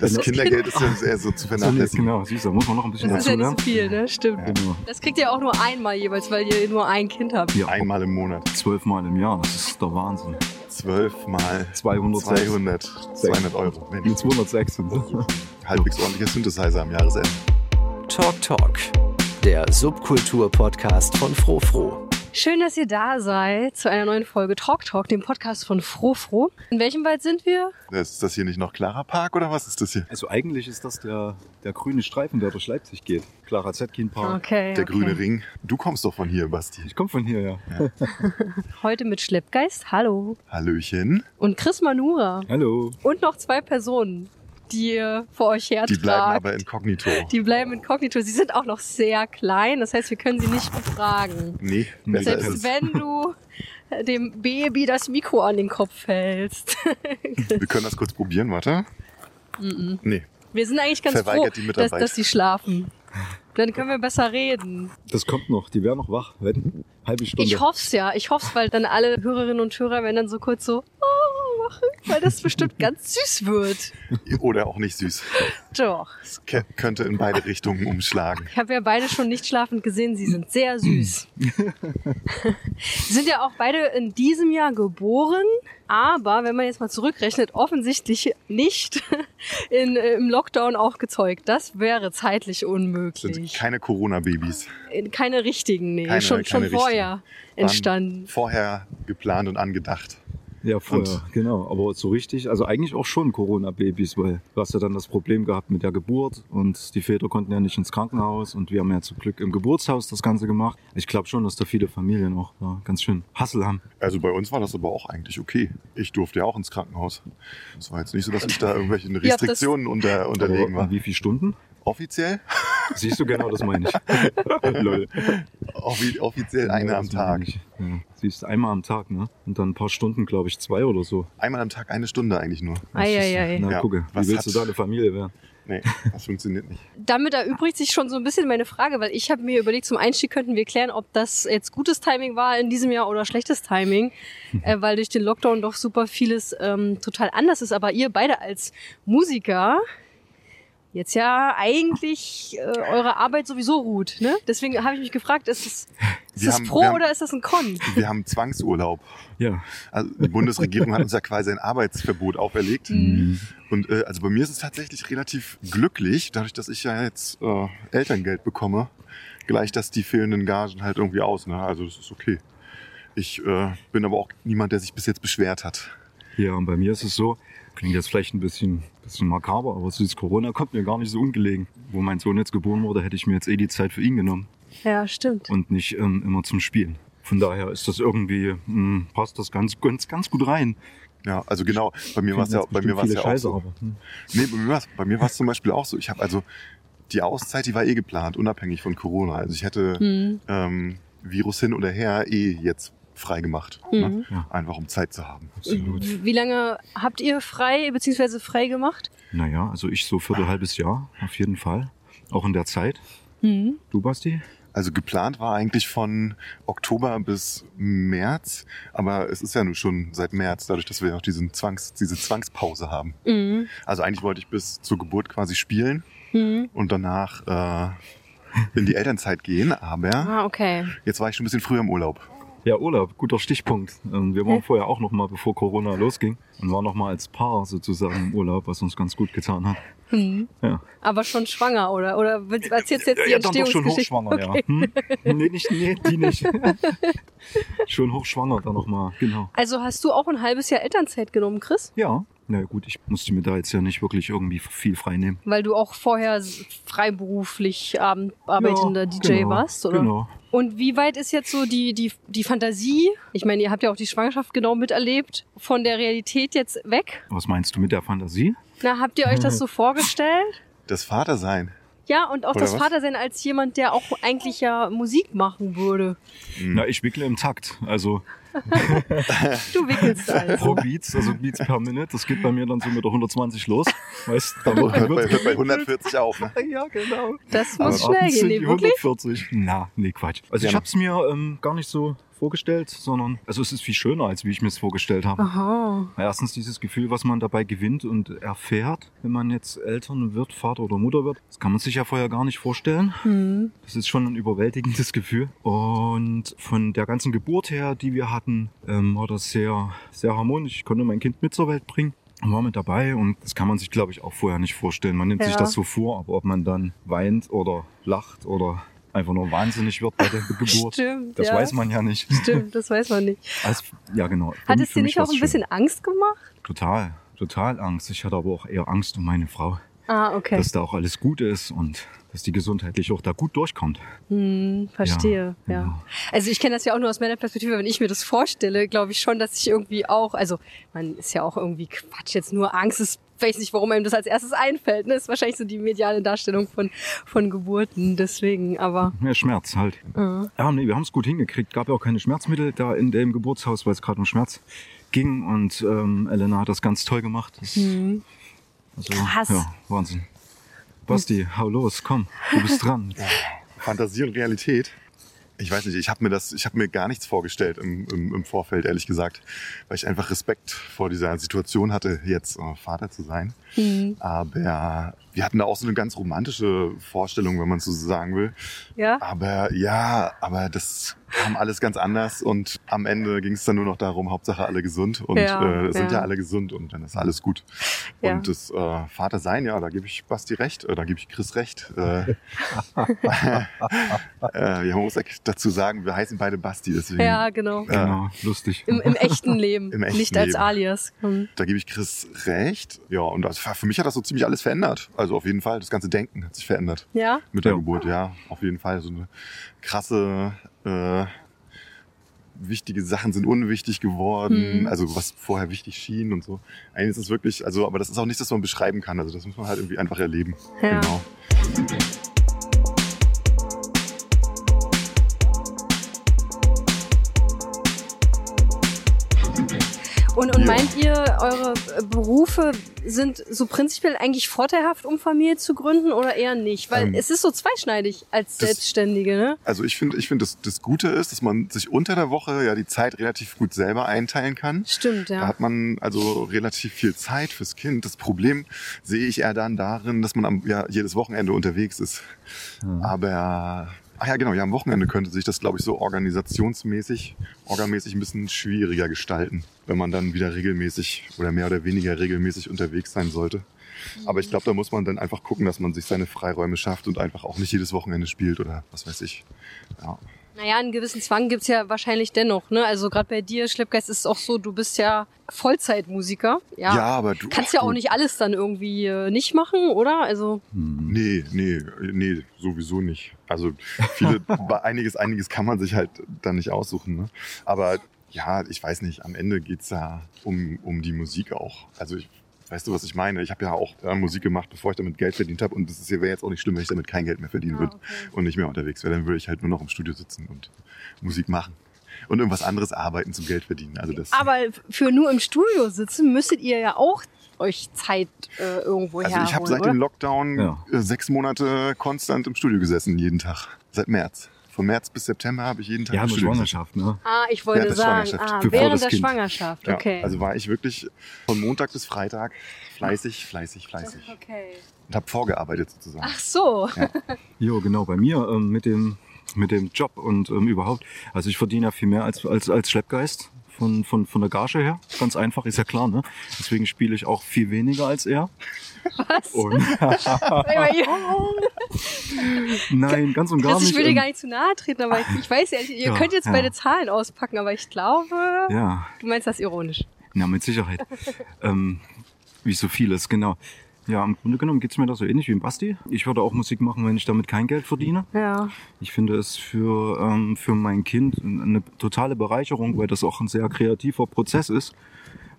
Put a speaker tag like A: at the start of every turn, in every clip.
A: Das Kindergeld ist ja eher so zu vernachlässigen.
B: Genau, süßer. Muss man noch ein bisschen
C: Das ist ja
B: dazu
C: nicht
B: lernen.
C: so viel, ne? Stimmt.
B: Genau.
C: Das kriegt ihr auch nur einmal jeweils, weil ihr nur ein Kind habt.
B: Ja,
A: Einmal im Monat.
B: zwölfmal im Jahr. Das ist der Wahnsinn.
A: Zwölf mal
B: 200,
A: 200, 200 Euro. Wenn
B: Mit 206 sind sie.
A: halbwegs ordentlicher Synthesizer am Jahresende.
D: Talk Talk, der Subkultur-Podcast von Frofro.
C: Schön, dass ihr da seid zu einer neuen Folge Talk Talk, dem Podcast von Frofro. In welchem Wald sind wir?
A: Ist das hier nicht noch Clara Park oder was ist das hier?
B: Also eigentlich ist das der, der grüne Streifen, der durch Leipzig geht. Clara Zetkin Park.
C: Okay.
A: Der
C: okay.
A: grüne Ring. Du kommst doch von hier, Basti.
B: Ich komme von hier, ja.
C: Heute mit Schleppgeist. Hallo.
A: Hallöchen.
C: Und Chris Manura.
B: Hallo.
C: Und noch zwei Personen, die ihr vor euch hertragt.
A: Die bleiben aber inkognito.
C: Die bleiben inkognito. Sie sind auch noch sehr klein, das heißt, wir können sie nicht befragen.
A: Nee,
B: Nee.
A: besser ist es.
C: Selbst wenn du dem Baby das Mikro an den Kopf hältst.
A: Wir können das kurz probieren, warte.
C: Mhm.
A: Nee,
C: Wir sind eigentlich ganz
A: Verweigert die
C: froh, dass,
A: Mitarbeit.
C: dass sie schlafen. Dann können wir besser reden.
B: Das kommt noch. Die werden noch wach. Wetten? Halbe Stunde.
C: Ich hoff's ja. Ich hoff's, weil dann alle Hörerinnen und Hörer werden dann so kurz so, oh, machen, weil das bestimmt ganz süß wird.
A: oder auch nicht süß.
C: Doch.
A: Es ke- könnte in beide Richtungen umschlagen.
C: Ich habe ja beide schon nicht schlafend gesehen. Sie sind sehr süß. Sie sind ja auch beide in diesem Jahr geboren, aber wenn man jetzt mal zurückrechnet, offensichtlich nicht in, äh, im Lockdown auch gezeugt. Das wäre zeitlich
A: Es sind
C: unmöglich.
A: keine Corona-Babys.
C: Keine, keine richtigen, nee,
A: Keine-
C: schon,
A: keine
C: schon vorher entstanden.
A: Vorher geplant und angedacht.
B: Ja, vorher, genau. Aber so richtig, also eigentlich auch schon Corona-Babys, weil du hast ja dann das Problem gehabt mit der Geburt und die Väter konnten ja nicht ins Krankenhaus und wir haben ja zum Glück im Geburtshaus das Ganze gemacht. Ich glaube schon, dass da viele Familien auch ja, ganz schön Hassel haben.
A: Also bei uns war das aber auch eigentlich okay. Ich durfte ja auch ins Krankenhaus. Es war jetzt nicht so, dass ich da irgendwelchen
C: das-
A: Restriktionen unter, unterlegen
B: Aber
A: war.
B: Wie viele Stunden?
A: Offiziell?
B: Siehst du genau, das meine ich. Lol.
A: Offi offiziell eine am
B: Das meine
A: Tag.
B: ich. Ja, siehst du, einmal am Tag, ne? Und dann ein paar Stunden, glaube ich, zwei oder so.
A: Einmal am Tag eine Stunde eigentlich nur.
C: Eieiei.
B: Na,
A: Ja,
B: gucke, wie
A: was
B: willst
A: hat-
B: du da eine Familie werden?
A: Nee, das funktioniert nicht.
C: Damit erübrigt sich schon so ein bisschen meine Frage, weil ich habe mir überlegt, zum Einstieg könnten wir klären, ob das jetzt gutes Timing war in diesem Jahr oder schlechtes Timing, äh, weil durch den Lockdown doch super vieles ähm, total anders ist. Aber ihr beide als Musiker jetzt ja eigentlich äh, eure Arbeit sowieso ruht. Ne? Deswegen habe ich mich gefragt, ist das, ist
A: Wir
C: das
A: haben-
C: Pro
A: wir haben-
C: oder ist das ein Con?
A: Wir haben Zwangsurlaub.
B: Ja.
A: Also die Bundesregierung hat uns ja quasi ein Arbeitsverbot auferlegt.
B: Mhm.
A: Und äh, also bei mir ist es tatsächlich relativ glücklich, dadurch, dass ich ja jetzt äh, Elterngeld bekomme, gleich das die fehlenden Gagen halt irgendwie aus. Ne? Also das ist okay. Ich äh, bin aber auch niemand, der sich bis jetzt beschwert hat.
B: Ja, und bei mir ist es so, klingt jetzt vielleicht ein bisschen, bisschen makaber, aber dieses Corona kommt mir gar nicht so ungelegen. Wo mein Sohn jetzt geboren wurde, hätte ich mir jetzt eh die Zeit für ihn genommen
C: Ja, stimmt.
B: und nicht ähm, immer zum Spielen. Von daher ist das irgendwie, mh, passt das ganz, ganz, ganz gut rein.
A: Ja, also genau. Bei mir war es ja, bei mir war es ja auch
B: Scheiße,
A: so.
B: aber, hm.
A: Nee, bei mir war's- bei mir war es zum Beispiel auch so. Ich habe also die Auszeit, die war eh geplant, unabhängig von Corona. Also ich hätte
C: Mhm.
A: ähm, Virus hin oder her eh jetzt frei gemacht. Ne?
C: Mhm.
A: Einfach um Zeit zu haben.
B: Absolut.
C: Wie lange habt ihr frei bzw. frei gemacht?
B: Naja, also ich so viertel, halbes Jahr, auf jeden Fall. Auch in der Zeit.
C: Mhm.
B: Du, Basti?
A: Also geplant war eigentlich von Oktober bis März, aber es ist ja nun schon seit März, dadurch, dass wir ja auch diesen Zwangs, diese Zwangspause haben.
C: Mhm.
A: Also eigentlich wollte ich bis zur Geburt quasi spielen
C: Mhm.
A: und danach äh, in die Elternzeit gehen, aber
C: Ah, okay.
A: jetzt war ich schon ein bisschen früher im Urlaub.
B: Ja, Urlaub, guter Stichpunkt. Ähm, Wir waren vorher auch noch mal, bevor Corona losging, und waren noch mal als Paar sozusagen im Urlaub, was uns ganz gut getan hat.
C: Mhm.
B: Ja.
C: Aber schon schwanger, oder? Oder willst- erzählst du jetzt die
B: ja, dann doch schon
C: Entstehungsgeschichte?
B: hochschwanger, ja. Hm? Nee, nicht, nee, die nicht. schon hochschwanger dann nochmal, genau.
C: Also hast du auch ein halbes Jahr Elternzeit genommen, Chris?
B: Ja, na gut, ich musste mir da jetzt ja nicht wirklich irgendwie viel freinehmen.
C: Weil du auch vorher s- freiberuflich abend- arbeitender
B: ja,
C: DJ
B: genau,
C: warst, oder?
B: Genau.
C: Und wie weit ist jetzt so die, die, die Fantasie? Ich meine, ihr habt ja auch die Schwangerschaft genau miterlebt, von der Realität jetzt weg.
B: Was meinst du mit der Fantasie?
C: Na, habt ihr euch das so vorgestellt?
A: Das Vatersein.
C: Ja, und auch
A: Oder
C: das
A: was?
C: Vatersein als jemand, der auch eigentlich ja Musik machen würde.
B: Na, ich wickle im Takt. Also
C: Du wickelst also.
B: pro Beats, also Beats per Minute, das geht bei mir dann so mit der 120 los. Weißt du,
A: Oh,
B: dann
A: hört bei,
B: wird
A: hört bei 140 auf, ne?
B: Ja, genau.
C: Das
B: Aber
C: muss schnell
B: abends
C: gehen,
B: sind
C: nee,
B: die
C: wirklich?
B: 140. Na, nee, Quatsch. Also
A: Ja.
B: ich habe es mir ähm, gar nicht so vorgestellt, sondern also es ist viel schöner, als wie ich mir es vorgestellt habe.
C: Aha.
B: Erstens dieses Gefühl, was man dabei gewinnt und erfährt, wenn man jetzt Eltern wird, Vater oder Mutter wird. Das kann man sich ja vorher gar nicht vorstellen.
C: Hm.
B: Das ist schon ein überwältigendes Gefühl. Und von der ganzen Geburt her, die wir hatten, ähm, war das sehr, sehr harmonisch. Ich konnte mein Kind mit zur Welt bringen und war mit dabei. Und das kann man sich, glaube ich, auch vorher nicht vorstellen. Man nimmt sich
C: Ja.
B: das so vor, aber ob man dann weint oder lacht oder einfach nur wahnsinnig wird bei der Geburt,
C: Stimmt.
B: das
C: ja.
B: weiß man ja nicht.
C: Stimmt, das weiß man nicht.
B: Als, ja, genau. Für
C: Hat
B: mich-
C: es
B: für
C: dir
B: mich
C: nicht auch
B: war's
C: ein
B: schön.
C: bisschen Angst gemacht?
B: Total, total Angst. Ich hatte aber auch eher Angst um meine Frau,
C: Ah, okay.
B: dass da auch alles gut ist und dass die gesundheitlich auch da gut durchkommt.
C: Hm, verstehe, ja.
B: genau.
C: Also ich kenne das ja auch nur aus meiner Perspektive, wenn ich mir das vorstelle, glaube ich schon, dass ich irgendwie auch, also man ist ja auch irgendwie Quatsch, jetzt nur Angst ist, weiß nicht, warum einem das als erstes einfällt, ne? ist wahrscheinlich so die mediale Darstellung von, von Geburten, deswegen, aber
B: Mehr Schmerz halt.
C: äh,
B: Ja, nee, wir haben es gut hingekriegt. Gab ja auch keine Schmerzmittel da in dem Geburtshaus, weil es gerade um Schmerz ging. Und ähm, Elena hat das ganz toll gemacht. Das,
C: hm.
B: also,
C: Krass.
B: Ja, Wahnsinn. Basti, hau los, komm, du bist dran.
A: Fantasie und Realität. Ich weiß nicht, ich habe mir das, ich habe mir gar nichts vorgestellt im, im, im Vorfeld, ehrlich gesagt, weil ich einfach Respekt vor dieser Situation hatte, jetzt äh, Vater zu sein.
C: Hm.
A: Aber wir hatten da auch so eine ganz romantische Vorstellung, wenn man so sagen will.
C: ja,
A: Aber ja, aber das kam alles ganz anders und am Ende ging es dann nur noch darum, Hauptsache alle gesund und
C: Ja,
A: äh, sind
C: ja.
A: ja. alle gesund und dann ist alles gut.
C: Ja.
A: Und das äh, Vatersein, ja, da gebe ich Basti recht, äh, da gebe ich Chris recht. Äh, äh, ja, man muss dazu sagen, wir heißen beide Basti, deswegen
C: ja, genau.
A: Ja.
B: Genau, lustig.
C: Im, Im echten Leben,
A: Im echten
C: nicht als
A: Leben.
C: Alias. Hm.
A: Da gebe ich Chris recht. Ja, und das, für mich hat das so ziemlich alles verändert. Also auf jeden Fall, das ganze Denken hat sich verändert.
C: Ja,
A: Mit der
B: Ja.
A: Geburt, ja. Auf jeden Fall. So eine krasse, äh, wichtige Sachen sind unwichtig geworden.
C: Mhm.
A: Also was vorher wichtig schien und so. Eigentlich ist es wirklich, also, aber das ist auch nichts, das man beschreiben kann. Also das muss man halt irgendwie einfach erleben.
C: Ja.
A: Genau.
C: Und, und
A: Ja.
C: meint ihr, eure äh, Berufe sind so prinzipiell eigentlich vorteilhaft, um Familie zu gründen oder eher nicht? Weil
A: Ähm,
C: es ist so zweischneidig als
A: das-
C: Selbstständige, ne?
A: Also ich finde, ich finde, das, das Gute ist, dass man sich unter der Woche ja die Zeit relativ gut selber einteilen kann.
C: Stimmt,
A: Da
C: ja.
A: hat man also relativ viel Zeit fürs Kind. Das Problem sehe ich eher dann darin, dass man am, ja, jedes Wochenende unterwegs ist.
B: Ja.
A: Aber, ach ja, genau, ja, am Wochenende könnte sich das, glaube ich, so organisationsmäßig, orgamäßig ein bisschen schwieriger gestalten, wenn man dann wieder regelmäßig oder mehr oder weniger regelmäßig unterwegs sein sollte. Aber ich glaube, da muss man dann einfach gucken, dass man sich seine Freiräume schafft und einfach auch nicht jedes Wochenende spielt oder was weiß ich. Ja.
C: Naja, einen gewissen Zwang gibt's ja wahrscheinlich dennoch, ne? Also gerade bei dir, Schleppgeist, ist es auch so, du bist ja Vollzeitmusiker. Ja.
A: aber du.
C: Kannst ja auch
A: du-
C: nicht alles dann irgendwie äh, nicht machen, oder? Also,
B: Hm.
A: Nee, nee, nee, sowieso nicht. Also viele, bei einiges, einiges kann man sich halt dann nicht aussuchen. Ne? Aber ja, ich weiß nicht, am Ende geht's ja um, um die Musik auch. Also ich, weißt du, was ich meine? Ich habe ja auch äh, Musik gemacht, bevor ich damit Geld verdient habe. Und das wäre jetzt auch nicht schlimm, wenn ich damit kein Geld mehr verdienen würde und nicht mehr unterwegs wäre. Dann würde ich halt nur noch im Studio sitzen und Musik machen. Und irgendwas anderes arbeiten zum Geld verdienen. Also das.
C: aber für nur im Studio sitzen müsstet ihr ja auch euch Zeit äh, irgendwo
A: also
C: herholen,
A: ich habe seit
C: oder?
A: dem Lockdown
B: Ja.
A: äh, sechs Monate konstant im Studio gesessen, jeden Tag. Seit März. Von März bis September habe ich jeden Tag
B: Ja,
A: im
B: eine
A: Studio gesessen.
B: Schwangerschaft, ne?
C: Ah, ich wollte
A: Während der
C: sagen,
A: Schwangerschaft,
C: ah,
B: bevor
C: während
B: das
C: der
B: Kind.
C: Schwangerschaft,
A: Ja,
C: okay.
A: Also war ich wirklich von Montag bis Freitag fleißig, fleißig, fleißig.
C: okay.
A: Und habe vorgearbeitet sozusagen.
C: Ach so.
B: Ja, genau, bei mir ähm, mit, dem, mit dem Job und ähm, überhaupt. Also ich verdiene ja viel mehr als, als, als Schleppgeist von, von, von der Gage her. Ganz einfach, ist ja klar, ne? Deswegen spiele ich auch viel weniger als er.
C: Was?
B: Und, nein, ganz und gar
C: Chris,
B: nicht.
C: ich will dir
B: ähm,
C: gar nicht zu nahe treten, aber ich, ich weiß ja, nicht, ihr
B: Ja,
C: könnt jetzt
B: ja.
C: beide Zahlen auspacken, aber ich glaube,
B: Ja,
C: du meinst das ironisch.
B: na, mit Sicherheit. ähm, wie so vieles, genau. Ja, im Grunde genommen geht's mir da so ähnlich wie im Basti. Ich würde auch Musik machen, wenn ich damit kein Geld verdiene.
C: Ja.
B: Ich finde es für, ähm, für mein Kind eine totale Bereicherung, weil das auch ein sehr kreativer Prozess ist.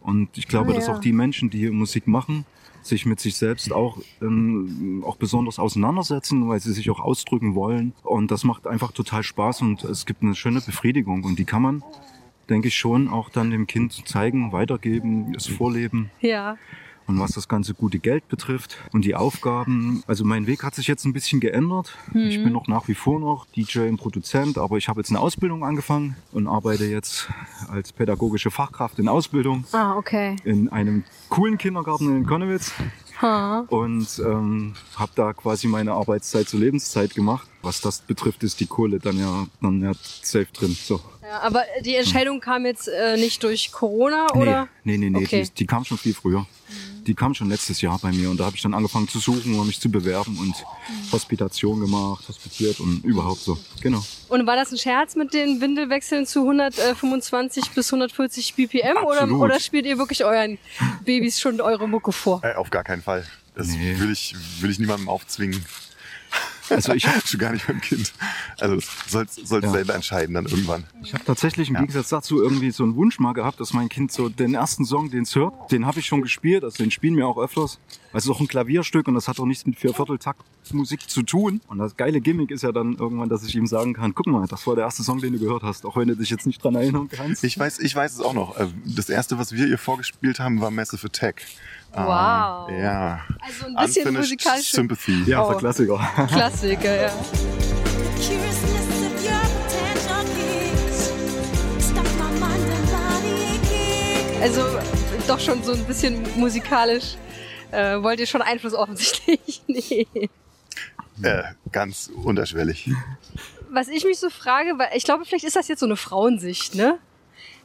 B: Und ich glaube,
C: Ah,
B: dass
C: ja.
B: auch die Menschen, die Musik machen, sich mit sich selbst auch, ähm, auch besonders auseinandersetzen, weil sie sich auch ausdrücken wollen. Und das macht einfach total Spaß und es gibt eine schöne Befriedigung. Und die kann man, denke ich, schon auch dann dem Kind zeigen, weitergeben, es vorleben.
C: Ja.
B: Und was das ganze gute Geld betrifft und die Aufgaben, also mein Weg hat sich jetzt ein bisschen geändert. Ich bin noch nach wie vor noch DJ und Produzent, aber ich habe jetzt eine Ausbildung angefangen und arbeite jetzt als pädagogische Fachkraft in Ausbildung
C: Ah, okay.
B: in einem coolen Kindergarten in Konnewitz
C: Ha.
B: und ähm, habe da quasi meine Arbeitszeit zur Lebenszeit gemacht. Was das betrifft, ist die Kohle dann ja, dann ja safe drin. So.
C: Ja, aber die Entscheidung kam jetzt äh, nicht durch Corona, oder?
B: Nee, nee, nee, nee
C: Okay.
B: die, die kam schon viel früher. Die kam schon letztes Jahr bei mir und da habe ich dann angefangen zu suchen und mich zu bewerben und Hospitation gemacht, hospitiert und überhaupt so. Genau.
C: Und war das ein Scherz mit den Windelwechseln zu 125 bis 140 BPM? Oder,
B: Absolut.
C: oder spielt ihr wirklich euren Babys schon eure Mucke vor?
A: Äh, auf gar keinen Fall. Das
B: Nee.
A: will, ich, will ich niemandem aufzwingen.
B: Also ich habe
A: Schon gar nicht beim Kind. Also das sollst, sollst
B: Ja.
A: selber entscheiden dann irgendwann.
B: Ich habe tatsächlich im Gegensatz dazu irgendwie so einen Wunsch mal gehabt, dass mein Kind so den ersten Song, den es hört, den habe ich schon gespielt, also den spielen wir auch öfters. Also Es ist auch ein Klavierstück und das hat auch nichts mit Viervierteltaktmusik zu tun. Und das geile Gimmick ist ja dann irgendwann, dass ich ihm sagen kann, guck mal, das war der erste Song, den du gehört hast, auch wenn du dich jetzt nicht dran erinnern kannst.
A: Ich weiß, ich weiß es auch noch. Äh, Das erste, was wir ihr vorgespielt haben, war Massive Attack. Ähm,
C: Wow.
A: Ja.
C: Also ein bisschen
A: Unfinished
C: musikalisch.
A: Sympathy.
B: ja, ist
C: Oh.
B: ein Klassiker.
C: Klassiker, ja.
E: Curiousness of your potential peaks. Stop my mind and body kick.
C: Also doch schon so ein bisschen musikalisch. Äh, wollt ihr schon Einfluss offensichtlich nehmen?
A: Äh, ganz unterschwellig.
C: Was ich mich so frage, weil ich glaube, vielleicht ist das jetzt so eine Frauensicht, ne?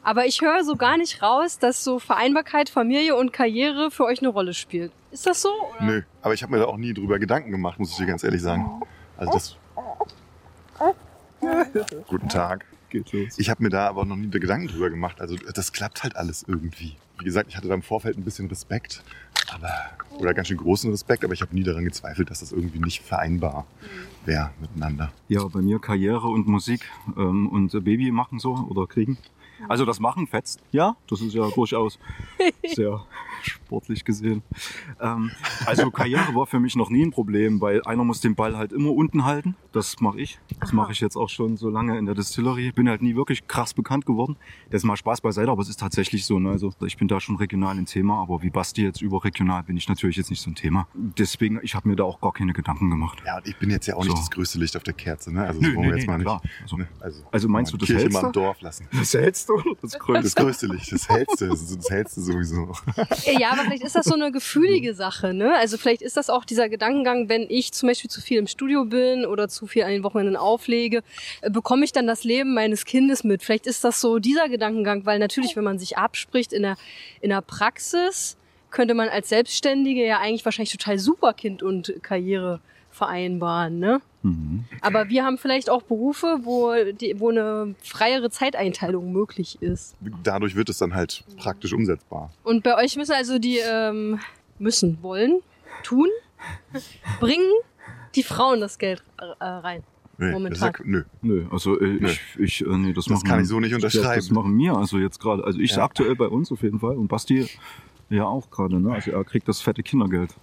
C: Aber ich höre so gar nicht raus, dass so Vereinbarkeit, Familie und Karriere für euch eine Rolle spielt. Ist das so? Oder?
A: Nö. Aber ich habe mir da auch nie drüber Gedanken gemacht, muss ich dir ganz ehrlich sagen. Also das. Guten Tag.
B: Geht los.
A: Ich habe mir da aber noch nie Gedanken drüber gemacht. Also das klappt halt alles irgendwie. Wie gesagt, ich hatte da im Vorfeld ein bisschen Respekt, aber oder ganz schön großen Respekt, aber ich habe nie daran gezweifelt, dass das irgendwie nicht vereinbar wäre miteinander.
B: Ja, bei mir Karriere und Musik ähm, und äh, Baby machen so oder kriegen. Also das Machen fetzt, ja, das ist ja durchaus sehr sportlich gesehen. Ähm, also Karriere war für mich noch nie ein Problem, weil einer muss den Ball halt immer unten halten. Das mache ich. Das mache ich jetzt auch schon so lange in der Distillery. Bin halt nie wirklich krass bekannt geworden. Das ist mal Spaß beiseite, aber es ist tatsächlich so. Ne? Also ich bin da schon regional ein Thema, aber wie Basti jetzt überregional bin ich natürlich jetzt nicht so ein Thema. Deswegen, ich habe mir da auch gar keine Gedanken gemacht.
A: Ja, und ich bin jetzt ja auch nicht
B: So.
A: das größte Licht auf der Kerze, ne? Also
B: Nö,
A: das wollen wir
B: nö,
A: jetzt
B: nö,
A: mal
B: klar.
A: nicht.
B: Also-
A: ne? Also,
B: also meinst du, das
A: Kirche
B: hältst
A: mal im
B: du?
A: Dorf lassen.
B: Das hältst du? Das größte.
A: Das größte Licht, das hellste, das, ist das hellste sowieso.
C: Ja, aber vielleicht ist das so eine gefühlige Sache, ne? Also vielleicht ist das auch dieser Gedankengang, wenn ich zum Beispiel zu viel im Studio bin oder zu viel an den Wochenenden auflege, äh, bekomme ich dann das Leben meines Kindes mit. Vielleicht ist das so dieser Gedankengang, weil natürlich, wenn man sich abspricht in der, in der Praxis, könnte man als Selbstständige ja eigentlich wahrscheinlich total super Kind und Karriere vereinbaren, ne?
B: Mhm.
C: Aber wir haben vielleicht auch Berufe, wo, die, wo eine freiere Zeiteinteilung möglich ist.
A: Dadurch wird es dann halt praktisch umsetzbar.
C: Und bei euch müssen also die ähm, müssen, wollen, tun, bringen die Frauen das Geld äh, rein.
A: Nee, Das
C: Momentan.
A: ist ja, nö,
B: Nö, also äh,
A: Nö.
B: ich, ich äh, nee, das,
A: das
B: machen-
A: kann ich so nicht
B: das- Das
A: unterschreiben.
B: machen wir also jetzt gerade. Also ich
A: Ja.
B: aktuell bei uns auf jeden Fall und Basti ja auch gerade. Ne? Also er kriegt das fette Kindergeld.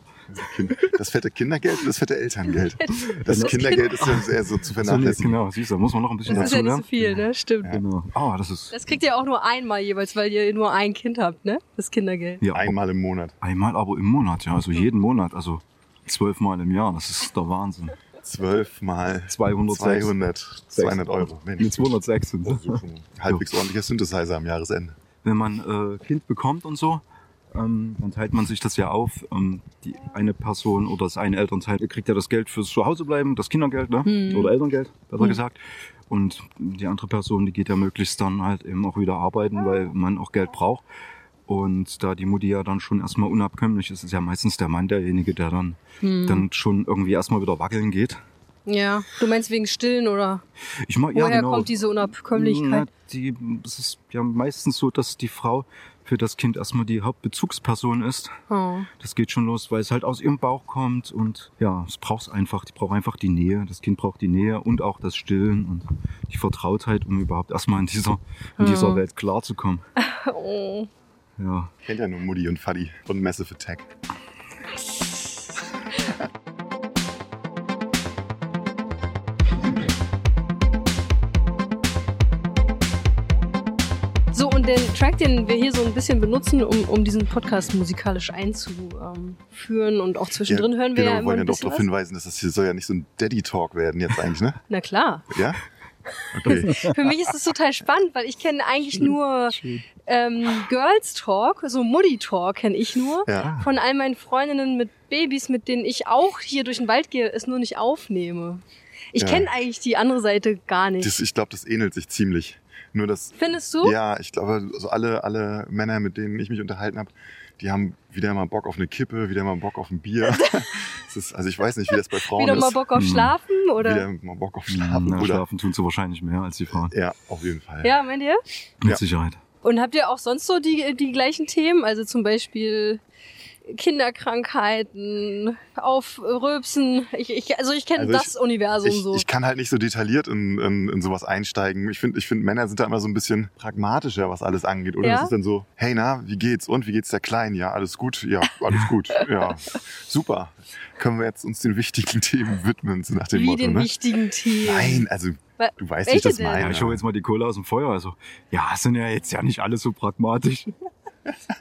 A: Das fette Kindergeld und das fette Elterngeld. Das
C: Das
A: Kindergeld ist ja eher so zu
B: So, nee,
A: vernachlässigen.
B: genau, siehst du, da muss man noch ein bisschen
C: Das ist ja
B: dazu
C: nicht so
B: lernen.
C: viel, ne? Stimmt.
B: Genau. Ah, das ist
C: Das kriegt ihr auch nur einmal jeweils, weil ihr nur ein Kind habt, ne? Das Kindergeld.
B: ja einmal.
A: Einmal im Monat.
B: einmal aber im Monat, ja. Also
C: Mhm.
B: jeden Monat, also zwölfmal im Jahr. Das ist der Wahnsinn.
A: Zwölf mal
B: 200,
A: 200, 200 Euro.
B: Nee,
A: Mensch,
B: 206 sind
A: das ist schon ein halbwegs ordentlicher Synthesizer am Jahresende.
B: wenn man äh, Kind bekommt und so, ähm, dann teilt man sich das ja auf. Ähm, die eine Person oder das eine Elternteil kriegt ja das Geld fürs Zuhausebleiben, das Kindergeld, ne?
C: Mhm.
B: Oder Elterngeld, besser
C: Mhm.
B: gesagt. Und die andere Person, die geht ja möglichst dann halt eben auch wieder arbeiten, weil man auch Geld braucht. Und da die Mutti ja dann schon erstmal unabkömmlich ist, ist ja meistens der Mann derjenige, der dann,
C: Hm.
B: dann schon irgendwie erstmal wieder wackeln geht.
C: Ja. Du meinst wegen Stillen oder
B: Ich mag,
C: woher
B: ja, genau.
C: kommt diese
B: Na,
C: Unabkömmlichkeit?
B: die, es ist ja meistens so, dass die Frau für das Kind erstmal die Hauptbezugsperson ist.
C: Oh.
B: Das geht schon los, weil es halt aus ihrem Bauch kommt und ja, es braucht einfach, die braucht einfach die Nähe. Das Kind braucht die Nähe und auch das Stillen und die Vertrautheit, um überhaupt erstmal in dieser, in
C: Mhm.
B: dieser Welt klarzukommen.
C: oh.
B: Ja.
A: Kennt ja nur Mutti und Faddy und Massive Attack.
C: So, und Und den Track, den wir hier so ein bisschen benutzen, um, um diesen Podcast musikalisch einzuführen und auch zwischendrin hören wir
A: genau,
C: ja
A: wir
C: immer
A: wollen ja
C: ein
A: doch
C: bisschen
A: darauf
C: was.
A: hinweisen, dass das hier soll ja nicht so ein Daddy-Talk werden jetzt eigentlich, ne?
C: Na klar.
A: Ja? Okay.
C: Für mich ist es total spannend, weil ich kenne eigentlich nur ähm, Girls Talk, so Muddy Talk kenne ich nur.
A: Ja.
C: Von all meinen Freundinnen mit Babys, mit denen ich auch hier durch den Wald gehe, es nur nicht aufnehme. Ich
A: Ja.
C: kenne eigentlich die andere Seite gar nicht.
A: Das, ich glaube, das ähnelt sich ziemlich. Nur das,
C: Findest du?
A: ja, ich glaube, also alle, alle Männer, mit denen ich mich unterhalten habe, die haben wieder mal Bock auf eine Kippe, wieder mal Bock auf ein Bier. das ist, also ich weiß nicht, wie das bei Frauen
C: Wieder
A: ist.
C: mal Bock auf
B: Hm.
C: Schlafen oder?
A: Wieder mal Bock auf Schlafen.
B: Na,
A: oder,
B: schlafen tun sie wahrscheinlich mehr als die Frauen.
A: Ja, auf jeden Fall.
C: Ja, meint ihr?
B: Mit
A: Ja.
B: Sicherheit.
C: Und habt ihr auch sonst so die, die gleichen Themen? Also zum Beispiel Kinderkrankheiten, auf Rülpsen. Ich, ich, also ich kenne
A: Also ich-
C: das Universum
A: ich,
C: so.
A: ich kann halt nicht so detailliert in, in, in sowas einsteigen. Ich finde, ich find, Männer sind da immer so ein bisschen pragmatischer, was alles angeht. Oder
C: Ja?
A: es ist dann so, hey, na, wie geht's? Und wie geht's der Kleinen? Ja, alles gut? Ja, alles gut. Ja, super. Können wir jetzt uns den wichtigen Themen widmen, so nach dem
C: Wie
A: Motto,
C: den
A: ne?
C: wichtigen Themen.
A: Nein, also,
C: Wa-
A: du weißt
C: welche
A: nicht, das
C: denn?
A: meine.
B: Ja, ich hole jetzt mal die Kohle aus dem Feuer. Also, ja, sind ja jetzt ja nicht alle so pragmatisch.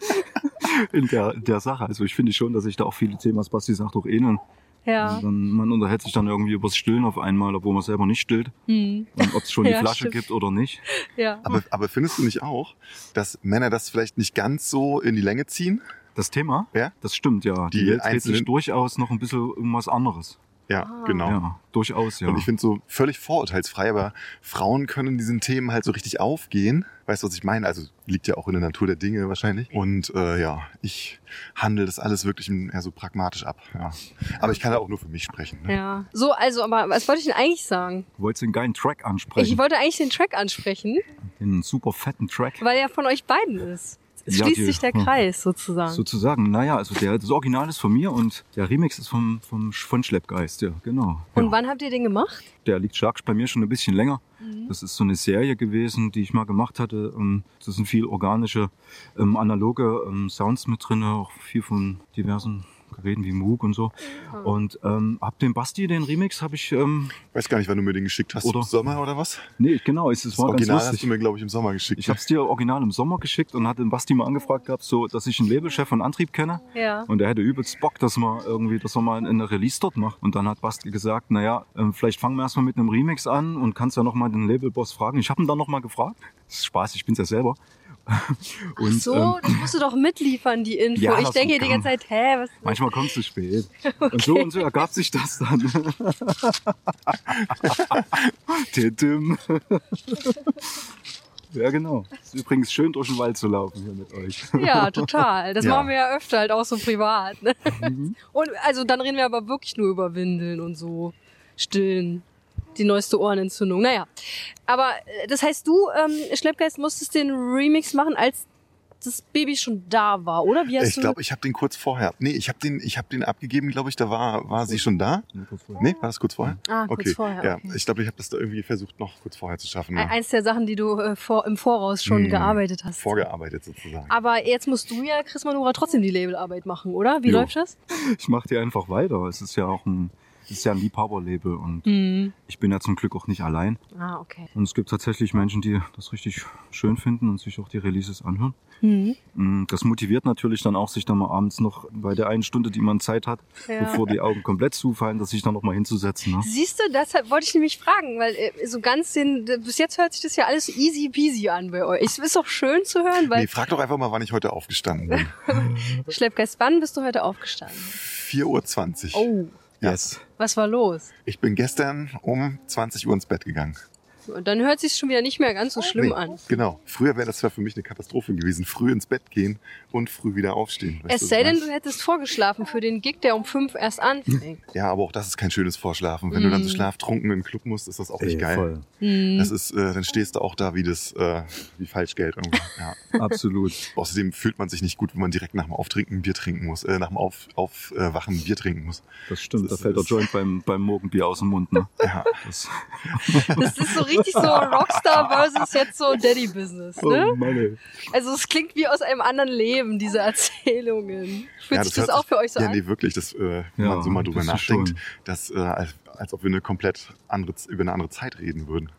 B: In der, der Sache. Also ich finde schon, dass sich da auch viele Themen, was Basti sagt, auch ähneln.
C: Ja.
B: Also dann, man unterhält sich dann irgendwie übers Stillen auf einmal, obwohl man selber nicht stillt.
C: Hm.
B: Und ob es schon die
C: Ja,
B: Flasche
C: stimmt.
B: gibt oder nicht.
C: ja.
A: aber, aber findest du nicht auch, dass Männer das vielleicht nicht ganz so in die Länge ziehen?
B: Das Thema,
A: Ja?
B: das stimmt, ja. Die,
A: Die
B: Welt dreht sich
A: einzelnen-
B: durchaus noch ein bisschen um was anderes.
A: Ja,
C: Ah.
A: genau.
B: Ja, durchaus, ja.
A: Und ich finde so völlig vorurteilsfrei, aber Frauen können diesen Themen halt so richtig aufgehen. Weißt du, was ich meine? Also liegt ja auch in der Natur der Dinge wahrscheinlich. Und äh, ja, ich handle das alles wirklich eher so pragmatisch ab. Ja. Aber ich kann da auch nur für mich sprechen. Ne?
C: Ja. So, also, aber was wollte ich denn eigentlich sagen?
B: du wolltest den geilen Track ansprechen.
C: Ich wollte eigentlich den Track ansprechen,
B: den super fetten Track.
C: weil er von euch beiden ist. Es
B: Ja,
C: schließt
B: die- hm.
C: sich der
B: ja.
C: Kreis sozusagen.
B: Sozusagen, naja, also der, das Original ist von mir und der Remix ist vom, vom, Sch- von Schleppgeist, ja, genau.
C: Und
B: ja.
C: wann habt ihr den gemacht?
B: Der liegt stark bei mir schon ein bisschen länger. Das ist so eine Serie gewesen, die ich mal gemacht hatte. Ähm, Das sind viel organische, ähm, analoge ähm, Sounds mit drin, auch viel von diversen Geräten wie Moog und so. Und ähm, hab den Basti, den Remix, habe ich. Ähm,
A: Weiß gar nicht, wann du mir den geschickt hast.
B: Oder-
A: Im Sommer oder was?
B: nee, genau, es, es
A: Das
B: war
A: Original
B: ganz
A: hast du
B: lustig.
A: mir, glaube ich, im Sommer geschickt.
B: Ich habe es dir original im Sommer geschickt und hatte den Basti mal angefragt gehabt, so, dass ich einen Labelchef von Antrieb kenne.
C: Ja.
B: Und er hätte übelst Bock, dass man irgendwie, dass man mal eine Release dort macht. Und dann hat Basti gesagt, naja, ähm, vielleicht fangen wir erstmal mit einem Remix an und kannst ja nochmal den Labelboss fragen. Ich habe ihn dann nochmal gefragt. Das ist Spaß, ich bin's ja selber. Und,
C: so,
B: ähm,
C: das musst du doch mitliefern, die Info.
B: Ja,
C: ich
B: das
C: denke die
B: kann-
C: ganze Zeit, hä, was
B: Manchmal kommst du spät. Und so und so ergab sich das dann. Titim. ja, genau. Ist übrigens schön, durch den Wald zu laufen hier mit euch.
C: Ja, total. Das
A: Ja. Mhm.
C: machen wir ja öfter, halt auch so privat. Ne? Und also dann reden wir aber wirklich nur über Windeln und so. Stillen. Die neueste Ohrenentzündung. Naja. Aber äh, das heißt, du, ähm, Schleppgeist, musstest den Remix machen, als das Baby schon da war, oder? Wie hast
A: ich
C: du.
A: glaube, ich habe den kurz vorher. Nee, ich habe den, ich hab den abgegeben, glaube ich, da war, war sie schon da. Nee, war das kurz vorher?
C: ah, kurz
A: okay.
C: vorher.
A: Ja,
C: okay.
A: ich glaube, ich habe das da irgendwie versucht, noch kurz vorher zu schaffen. ne?
C: E-
A: Ja.
C: Eins der Sachen, die du äh, vor, im Voraus schon
A: Hm,
C: gearbeitet hast.
A: Vorgearbeitet sozusagen.
C: aber jetzt musst du ja, Chris Manura, trotzdem die Labelarbeit machen, oder? Wie
B: Jo.
C: läuft das?
B: ich mache die einfach weiter. Es ist ja auch ein, es ist ja ein Liebhaberlabel und
C: Hm.
B: ich bin ja zum Glück auch nicht allein.
C: Ah, okay.
B: Und es gibt tatsächlich Menschen, die das richtig schön finden und sich auch die Releases anhören.
C: Hm.
B: Mm, Das motiviert natürlich dann auch, sich dann mal abends noch bei der einen Stunde, die man Zeit hat,
C: Ja.
B: bevor die Augen komplett zufallen, dass sich dann noch mal hinzusetzen. Ne?
C: Siehst du, deshalb wollte ich nämlich fragen, weil äh, so ganz den, bis jetzt hört sich das ja alles easy peasy an bei euch. Es ist auch schön zu hören, weil
A: Nee, frag doch einfach mal, wann ich heute aufgestanden bin.
C: Schleppgeist, wann bist du heute aufgestanden?
A: 4.20 Uhr.
C: Oh,
A: Ja.
C: was war los?
A: Ich bin gestern um 20 Uhr ins Bett gegangen.
C: Und dann hört sich schon wieder nicht mehr ganz so schlimm
A: Nee,
C: an.
A: Genau. Früher wäre das zwar für mich eine Katastrophe gewesen. Früh ins Bett gehen und früh wieder aufstehen. Weißt du,
C: Es
A: was
C: sei
A: ich
C: denn, du
A: meine?
C: hättest vorgeschlafen für den Gig, der um fünf erst anfängt.
A: Ja, aber auch das ist kein schönes Vorschlafen. Wenn du dann so
C: Mm.
A: schlaftrunken in den Club musst, ist das auch nicht
B: Ey,
A: geil.
B: voll.
C: Hm.
A: Das ist, äh, dann stehst du auch da wie das, äh, wie Falschgeld irgendwo. Ja.
B: Absolut.
A: Außerdem fühlt man sich nicht gut, wenn man direkt nach dem Auftrinken ein Bier trinken muss, äh, nach dem Auf, Aufwachen ein Bier trinken muss.
B: Das stimmt.
A: Das
B: da fällt der
A: ist-
B: Joint beim, beim Morgenbier aus dem Mund. Ne?
A: Ja.
B: Das,
C: Das ist so richtig so Rockstar versus jetzt so Daddy-Business, ne?
B: oh Mann, ey.
C: Also es klingt wie aus einem anderen Leben, diese Erzählungen. Fühlt
A: Ja,
C: sich
A: hört
C: das auch für euch so
A: ja,
C: an?
A: nee, wirklich, dass, äh, wenn
B: Ja,
A: man so mal drüber
B: das ist
A: nachdenkt,
B: schon.
A: dass, äh, als, als ob wir eine komplett andere, über eine andere Zeit reden würden.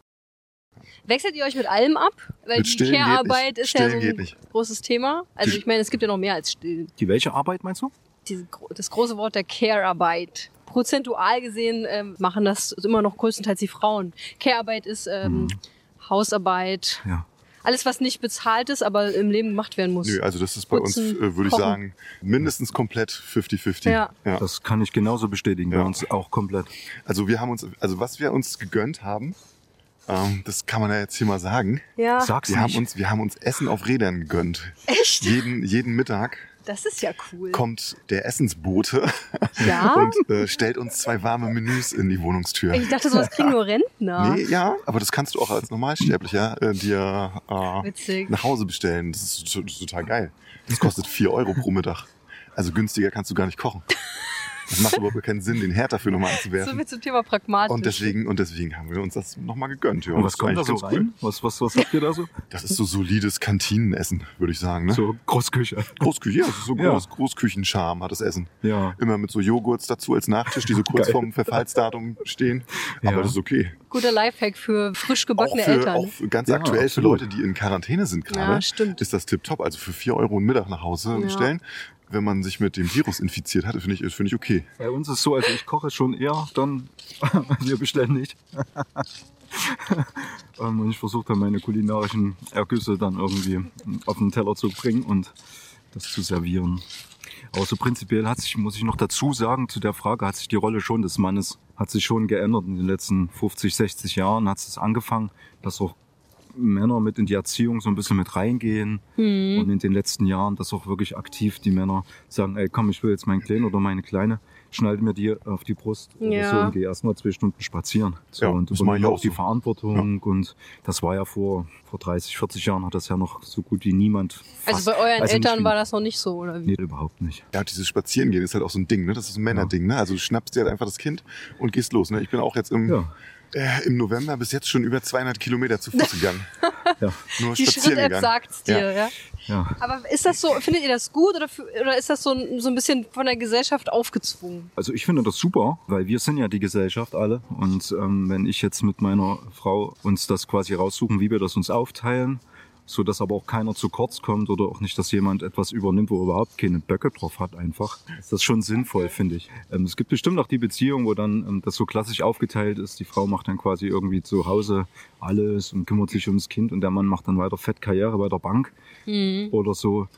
C: Wechselt ihr euch mit allem ab? Weil
A: Mit
C: die
A: Stillen geht nicht.
C: Care-Arbeit ist ja
A: Stillen
C: so
A: geht
C: ein
A: nicht.
C: großes Thema. Also
A: Die-
C: ich meine, es gibt ja noch mehr als Stillen.
B: Die welche Arbeit meinst du?
C: Diese, gro- das große Wort der Care-Arbeit. Prozentual gesehen ähm, machen das immer noch größtenteils die Frauen. Care-Arbeit ist
A: Mhm.
C: ähm, Hausarbeit,
B: Ja.
C: alles was nicht bezahlt ist, aber im Leben gemacht werden muss.
A: Nö, also das ist bei uns,
C: Putzen,
A: äh, würde ich
C: kochen.
A: sagen, mindestens komplett 50-50.
C: Ja.
B: Das kann ich genauso bestätigen, bei
A: Ja.
B: uns auch komplett.
A: Also wir haben uns, also was wir uns gegönnt haben, ähm, das kann man ja jetzt hier mal sagen.
C: Ja,
B: Sag's
A: Wir haben
B: nicht.
A: uns, wir haben uns Essen auf Rädern gegönnt.
C: echt?
A: Jeden, jeden Mittag
C: Das ist ja cool.
A: kommt der Essensbote
C: Ja?
A: und äh, stellt uns zwei warme Menüs in die Wohnungstür.
C: Ich dachte, sowas kriegen nur Rentner.
A: Nee, ja, aber das kannst du auch als Normalsterblicher äh, dir äh,
C: Witzig.
A: nach Hause bestellen. Das ist to- total geil. Das kostet 4 Euro pro Mittag. Also günstiger kannst du gar nicht kochen. Das macht überhaupt keinen Sinn, den Herd dafür nochmal
C: So
A: anzuwerfen.
C: viel zum Thema pragmatisch.
A: Und deswegen, und deswegen haben wir uns das nochmal gegönnt. Ja,
B: Und was
A: Das ist
B: kommt da
A: eigentlich
B: so
A: ganz cool.
B: rein? Was, was, was habt ihr da so?
A: Das ist so solides Kantinenessen, würde ich sagen. Ne?
B: So Großküche.
A: Großküche, ja, das ist so
B: Ja.
A: Groß, Großküchencharme hat das Essen.
B: Ja.
A: Immer mit so Joghurts dazu als Nachtisch, die so kurz
B: Geil.
A: vorm Verfallsdatum stehen. Aber
B: Ja.
A: das ist okay.
C: Guter Lifehack für frisch gebackene
A: auch für,
C: Eltern.
A: auch für- ganz
B: Ja,
A: aktuell für
B: absolut.
A: Leute, die in Quarantäne sind gerade,
C: Ja, stimmt.
A: ist das tipptopp. Also für 4 Euro einen Mittag nach Hause
C: Ja.
A: stellen, wenn man sich mit dem Virus infiziert hat, finde ich, finde ich okay.
B: Bei uns ist so, also ich koche schon eher, dann wir bestellen nicht. Ähm, Und ich versuche dann meine kulinarischen Ergüsse dann irgendwie auf den Teller zu bringen und das zu servieren. Aber so prinzipiell hat sich, muss ich noch dazu sagen, zu der Frage hat sich die Rolle schon des Mannes, hat sich schon geändert in den letzten 50, 60 Jahren, hat es angefangen, dass auch Männer mit in die Erziehung so ein bisschen mit reingehen und in den letzten Jahren, dass auch wirklich aktiv die Männer sagen, ey komm, ich will jetzt meinen Kleinen oder meine Kleine, schneid mir die auf die Brust oder
C: Ja.
B: so und geh erstmal zwei Stunden spazieren. So,
A: Ja,
B: und
A: das mach ich
B: übernimm
A: auch
B: auch die
A: so.
B: Verantwortung und das war ja vor, vor 30, 40 Jahren hat das ja noch so gut wie niemand.
C: also bei euren
B: also nicht
C: Eltern
B: wie-
C: war das noch nicht so, oder wie?
B: Nee, überhaupt nicht.
A: Ja, und dieses Spazierengehen ist halt auch so ein Ding, ne? Das ist ein Männerding, ne? Also du schnappst dir halt einfach das Kind und gehst los. Ne? Ich bin auch jetzt im,
B: Ja,
A: äh, im November bis jetzt schon über 200 Kilometer zu Fuß gegangen.
B: ja,
A: Nur
C: Die
A: spazieren
C: Schritt-App
A: gegangen.
C: sagt's dir, ja.
B: ja.
C: Aber ist das so, findet ihr das gut oder, f- oder ist das so ein, so ein bisschen von der Gesellschaft aufgezwungen?
B: Also ich finde das super, weil wir sind ja die Gesellschaft alle. Und ähm, wenn ich jetzt mit meiner Frau uns das quasi raussuchen, wie wir das uns aufteilen, so dass aber auch keiner zu kurz kommt oder auch nicht, dass jemand etwas übernimmt, wo er überhaupt keine Böcke drauf hat einfach, ist das schon sinnvoll, finde ich. Ähm, es gibt bestimmt auch die Beziehung, wo dann ähm, das so klassisch aufgeteilt ist. Die Frau macht dann quasi irgendwie zu Hause alles und kümmert sich ums Kind und der Mann macht dann weiter Fettkarriere bei der Bank oder so.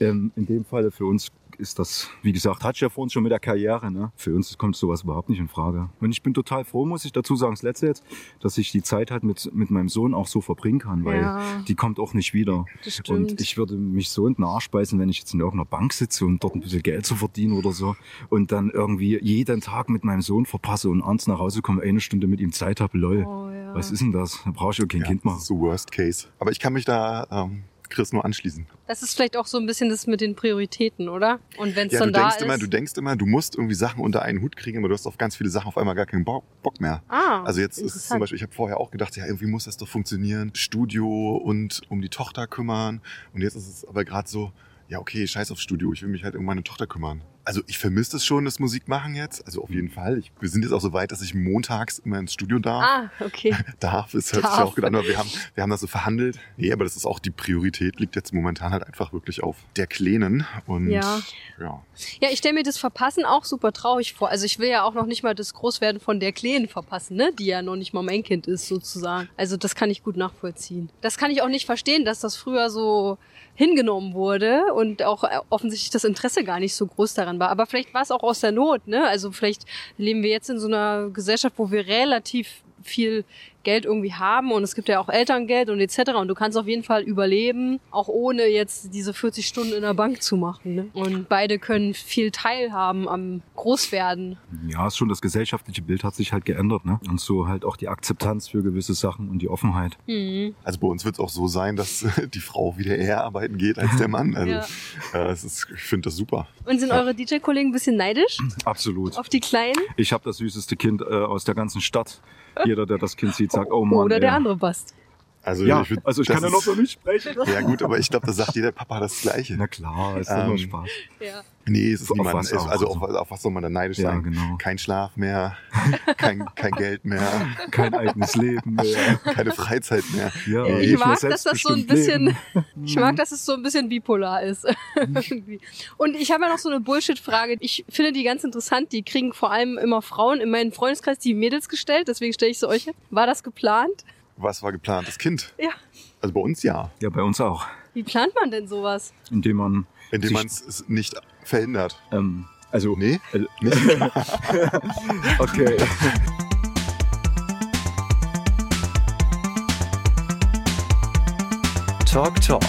B: Ähm, in dem Falle für uns ist das, wie gesagt, hat ja vor uns schon mit der Karriere. Ne? Für uns kommt sowas überhaupt nicht in Frage. Und ich bin total froh, muss ich dazu sagen, das letzte jetzt, dass ich die Zeit halt mit, mit meinem Sohn auch so verbringen kann, weil
C: Ja.
B: die kommt auch nicht wieder.
C: Das stimmt.
B: Und ich würde mich so in den Arsch beißen, wenn ich jetzt in irgendeiner Bank sitze, um dort ein bisschen Geld zu verdienen oder so und dann irgendwie jeden Tag mit meinem Sohn verpasse und abends nach Hause komme, eine Stunde mit ihm Zeit habe,
A: Äh,
B: lol.
C: Oh, ja.
B: Was ist denn das? Da brauche ich ja kein
A: Ja,
B: Kind
A: das
B: machen.
A: ist so Worst Case. Aber ich kann mich da ähm, Chris nur anschließen.
C: Das ist vielleicht auch so ein bisschen das mit den Prioritäten, oder? Und wenn es
A: Ja, du
C: dann da
A: denkst
C: ist.
A: immer, du denkst immer, du musst irgendwie Sachen unter einen Hut kriegen, aber du hast auf ganz viele Sachen auf einmal gar keinen Bo- Bock mehr.
C: ah,
A: Also jetzt ist es zum
C: interessant.
A: Beispiel, ich habe vorher auch gedacht, ja, irgendwie muss das doch funktionieren. Studio und um die Tochter kümmern. Und jetzt ist es aber gerade so, ja, okay, scheiß auf Studio, ich will mich halt um meine Tochter kümmern. Also ich vermisse das schon, das Musik machen jetzt. Also auf
C: Mhm.
A: jeden Fall. Ich, wir sind jetzt auch so weit, dass ich montags immer ins Studio darf.
C: Ah, okay.
A: Darf, es hört sich
C: Darf.
A: auch gut an, aber wir haben, wir haben das so verhandelt. Nee, aber das ist auch die Priorität, liegt jetzt momentan halt einfach wirklich auf der Kleinen. Und
C: Ja.
A: ja.
C: Ja, ich stelle mir das Verpassen auch super traurig vor. Also ich will ja auch noch nicht mal das Großwerden von der Kleen verpassen, ne? Die ja noch nicht mal mein Kind ist, sozusagen. Also das kann ich gut nachvollziehen. Das kann ich auch nicht verstehen, dass das früher so hingenommen wurde und auch äh, offensichtlich das Interesse gar nicht so groß daran war. Aber vielleicht war es auch aus der Not, ne? Also vielleicht leben wir jetzt in so einer Gesellschaft, wo wir relativ viel Geld irgendwie haben und es gibt ja auch Elterngeld und etc. Und du kannst auf jeden Fall überleben, auch ohne jetzt diese 40 Stunden in der Bank zu machen. Ne? Und beide können viel teilhaben am Großwerden.
B: Ja, ist schon das gesellschaftliche Bild hat sich halt geändert, ne? Und so halt auch die Akzeptanz für gewisse Sachen und die Offenheit.
C: Mhm.
A: Also bei uns wird es auch so sein, dass die Frau wieder eher arbeiten geht als der Mann. Also
C: Ja.
A: äh, es ist, ich finde das super.
C: Und sind eure DJ-Kollegen ein bisschen neidisch
B: Absolut.
C: auf die Kleinen?
B: Ich habe das süßeste Kind äh, aus der ganzen Stadt. Jeder, der das Kind sieht, sagt, oh Mann.
C: Oder der
B: ey.
C: andere Bast?
A: Also
B: Ja,
A: ich, würd-
B: also ich
A: das
B: kann ja nur
A: ist-
B: für mich sprechen.
A: Ja gut, aber ich glaube, da sagt jeder Papa das Gleiche.
B: Na klar, ist
A: Ähm,
B: doch nur Spaß.
C: Ja.
A: Nee, es ist
B: Auf
A: niemand.
B: was
A: es-
B: auch,
A: also
B: also.
A: auf, auf was soll man da neidisch
B: Ja,
A: sein?
B: genau.
A: Kein Schlaf mehr, kein, kein Geld mehr,
B: Kein eigenes Leben mehr.
A: keine Freizeit mehr.
B: Ja,
A: Ich
B: will
C: mag, dass das so ein
B: selbstbestimmt
C: bisschen-
B: leben.
C: Ich
B: Mhm.
C: mag, dass es so ein bisschen bipolar ist. Irgendwie. und ich habe ja noch so eine Bullshit-Frage. Ich finde die ganz interessant. Die kriegen vor allem immer Frauen in meinem Freundeskreis die Mädels gestellt. Deswegen stelle ich sie euch. War das geplant?
A: Was war geplant? Das Kind?
C: Ja.
A: Also bei uns ja.
B: Ja, bei uns auch.
C: Wie plant man denn sowas?
B: Indem man,
A: Indem
B: Sich-
A: man es nicht verhindert.
B: ähm, also,
A: Nee?
B: äh, okay.
D: Talk Talk.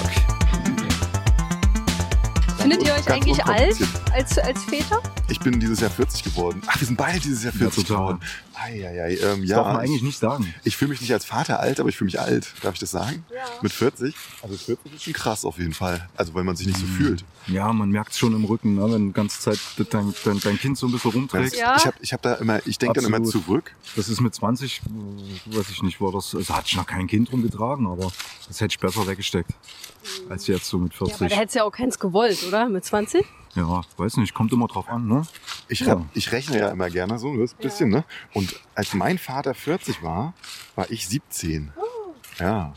C: Findet ihr euch
A: Ganz
C: eigentlich alt
A: unkompliziert.
C: als, als Väter?
A: Ich bin dieses Jahr 40 geworden. Ach, wir sind beide dieses Jahr
B: Ja,
A: 40
B: total.
A: geworden. Eieiei. Ähm,
B: Das darf man
A: ja,
B: eigentlich
A: ich,
B: nicht sagen.
A: ich fühle mich nicht als Vater alt, aber ich fühle mich alt. Darf ich das sagen?
C: Ja.
A: Mit 40? Also 40 ist schon krass auf jeden Fall. Also weil man sich nicht so fühlt.
B: Mhm. Ja, man merkt es schon im Rücken, ne, wenn die ganze Zeit dein, dein, dein Kind so ein bisschen rumträgt.
C: Ja.
A: Ich habe ich hab da immer, ich denke dann immer
B: Absolut.
A: zurück.
B: Das ist mit 20, äh, weiß ich nicht, war das, also hatte ich noch kein Kind rumgetragen, aber das hätte ich besser weggesteckt, als jetzt so mit
C: Ja, aber
B: 40.
C: da
B: Ja,
C: hättest du ja auch keins gewollt, oder? Mit 20?
B: weiß nicht, kommt immer drauf an, ne?
A: Ich,
B: Ja.
A: re- ich rechne ja immer gerne so, das bisschen, ne? Und als mein Vater 40 war, war ich 17.
C: Oh.
A: Ja.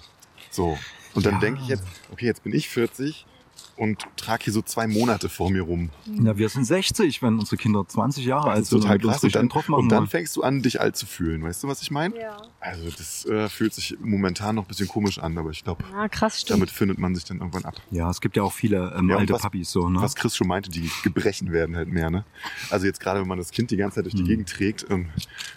A: So. Und dann
B: Ja.
A: denke ich jetzt, okay, jetzt bin ich 40 und trage hier so zwei Monate vor mir rum.
C: Mhm.
B: Ja, wir sind 60, wenn unsere Kinder 20 Jahre alt
A: Das ist
B: sind
A: total
B: und Also
A: krass.
B: uns
A: Und
B: richtig
A: dann,
B: einen drauf machen
A: und dann
B: wollen.
A: fängst du an, dich alt zu fühlen. Weißt du, was ich meine?
C: Ja.
A: Also das äh, fühlt sich momentan noch ein bisschen komisch an, aber ich glaube,
C: Ah, krass, stimmt.
A: damit findet man sich dann irgendwann ab.
B: Ja, es gibt ja auch viele ähm,
A: Ja, und
B: alte
A: was-
B: Papis so, ne?
A: Was Chris schon meinte, die Gebrechen werden halt mehr. Ne? Also jetzt gerade, wenn man das Kind die ganze Zeit durch die
B: Mhm.
A: Gegend trägt, ähm,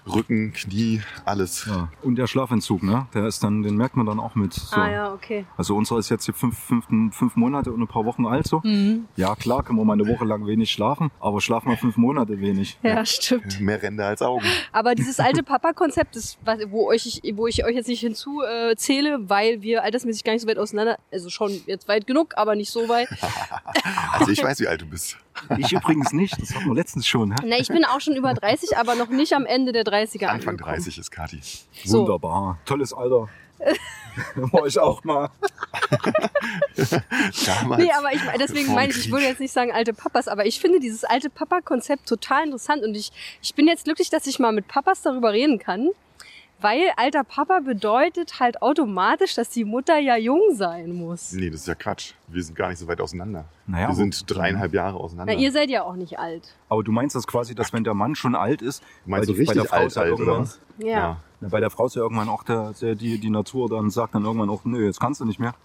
A: Rücken, Knie, alles.
B: Ja. Und der Schlafentzug, ne? Der ist dann, den merkt man dann auch mit. So.
C: Ah ja, okay.
B: Also unser ist jetzt hier fünf, fünf, fünf Monate und ein paar Wochen alt so.
C: Mhm.
B: Ja, klar, können wir mal eine Woche lang wenig schlafen, aber schlafen wir fünf Monate wenig.
C: Ja, stimmt.
A: Mehr Ränder als Augen.
C: Aber dieses alte Papa-Konzept, das, was- wo, euch ich- wo ich euch jetzt nicht hinzuzähle, äh, zähle, weil wir altersmäßig gar nicht so weit auseinander, also schon jetzt weit genug, aber nicht so weit.
A: Also ich weiß, wie alt du bist.
B: Ich übrigens nicht, das hatten wir letztens schon. Hä?
C: Na, ich bin auch schon über 30, aber noch nicht am Ende der 30er
A: Anfang
C: angekommen.
A: 30 ist Kati.
C: So.
B: Wunderbar, tolles Alter. War ich auch mal.
A: Damals.
C: Nee, aber ich, deswegen
A: Vorm
C: meine ich, ich
A: Krieg.
C: würde jetzt nicht sagen alte Papas, aber ich finde dieses alte Papa-Konzept total interessant und ich, ich bin jetzt glücklich, dass ich mal mit Papas darüber reden kann, weil alter Papa bedeutet halt automatisch, dass die Mutter ja jung sein muss.
A: Nee, das ist ja Quatsch. Wir sind gar nicht so weit auseinander.
B: Naja,
A: Wir
B: aber-
A: sind dreieinhalb Jahre auseinander.
C: Na, ihr seid ja auch nicht alt.
B: Aber du meinst das quasi, dass wenn der Mann schon alt ist,
A: Meinst
B: weil
A: du
B: die- bei der
A: richtig
B: Frau
A: alt,
B: ist ja
A: alt, oder
B: irgendwann-
A: was?
C: Ja.
B: Na, Bei der Frau ist ja irgendwann auch der, der, die, die Natur dann sagt dann irgendwann auch, nö, jetzt kannst du nicht mehr.